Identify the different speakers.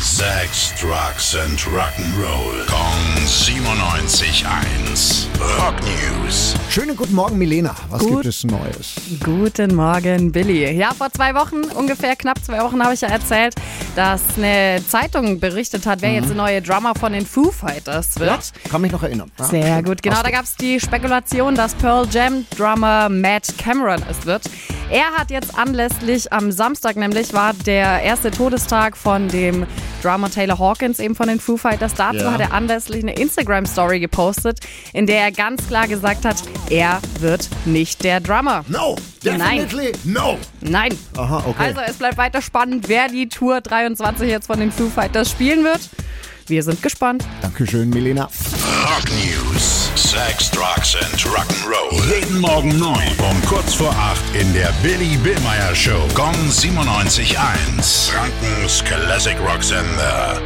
Speaker 1: Sex, Drugs and Rock'n'Roll. Kong 97.1. Rock News.
Speaker 2: Schönen guten Morgen, Milena. Was
Speaker 3: Gut.
Speaker 2: gibt es Neues?
Speaker 3: Guten Morgen, Billy. Ja, vor zwei Wochen, ungefähr knapp zwei Wochen, habe ich ja erzählt, dass eine Zeitung berichtet hat, wer jetzt der neue Drummer von den Foo Fighters wird.
Speaker 2: Kann mich noch erinnern. Ja?
Speaker 3: Sehr gut, genau. Da gab es die Spekulation, dass Pearl Jam-Drummer Matt Cameron es wird. Er hat jetzt anlässlich am Samstag, nämlich war der erste Todestag von dem Drummer Taylor Hawkins, eben von den Foo Fighters. Dazu
Speaker 2: Ja.
Speaker 3: hat er anlässlich eine Instagram-Story gepostet, in der er ganz klar gesagt hat, er wird nicht der Drummer.
Speaker 1: Ne?
Speaker 2: No, definitely no.
Speaker 3: Nein.
Speaker 2: Aha, okay.
Speaker 3: Also es bleibt weiter spannend, wer die Tour 23 jetzt von den Foo Fighters spielen wird. Wir sind gespannt.
Speaker 2: Dankeschön, Milena.
Speaker 1: Rock News. Sex, Drugs and Rock'n'Roll. Jeden Morgen 9 um kurz vor 8 in der Billy Billmeyer Show. Kong 97.1. Frankens Classic Rock Sender.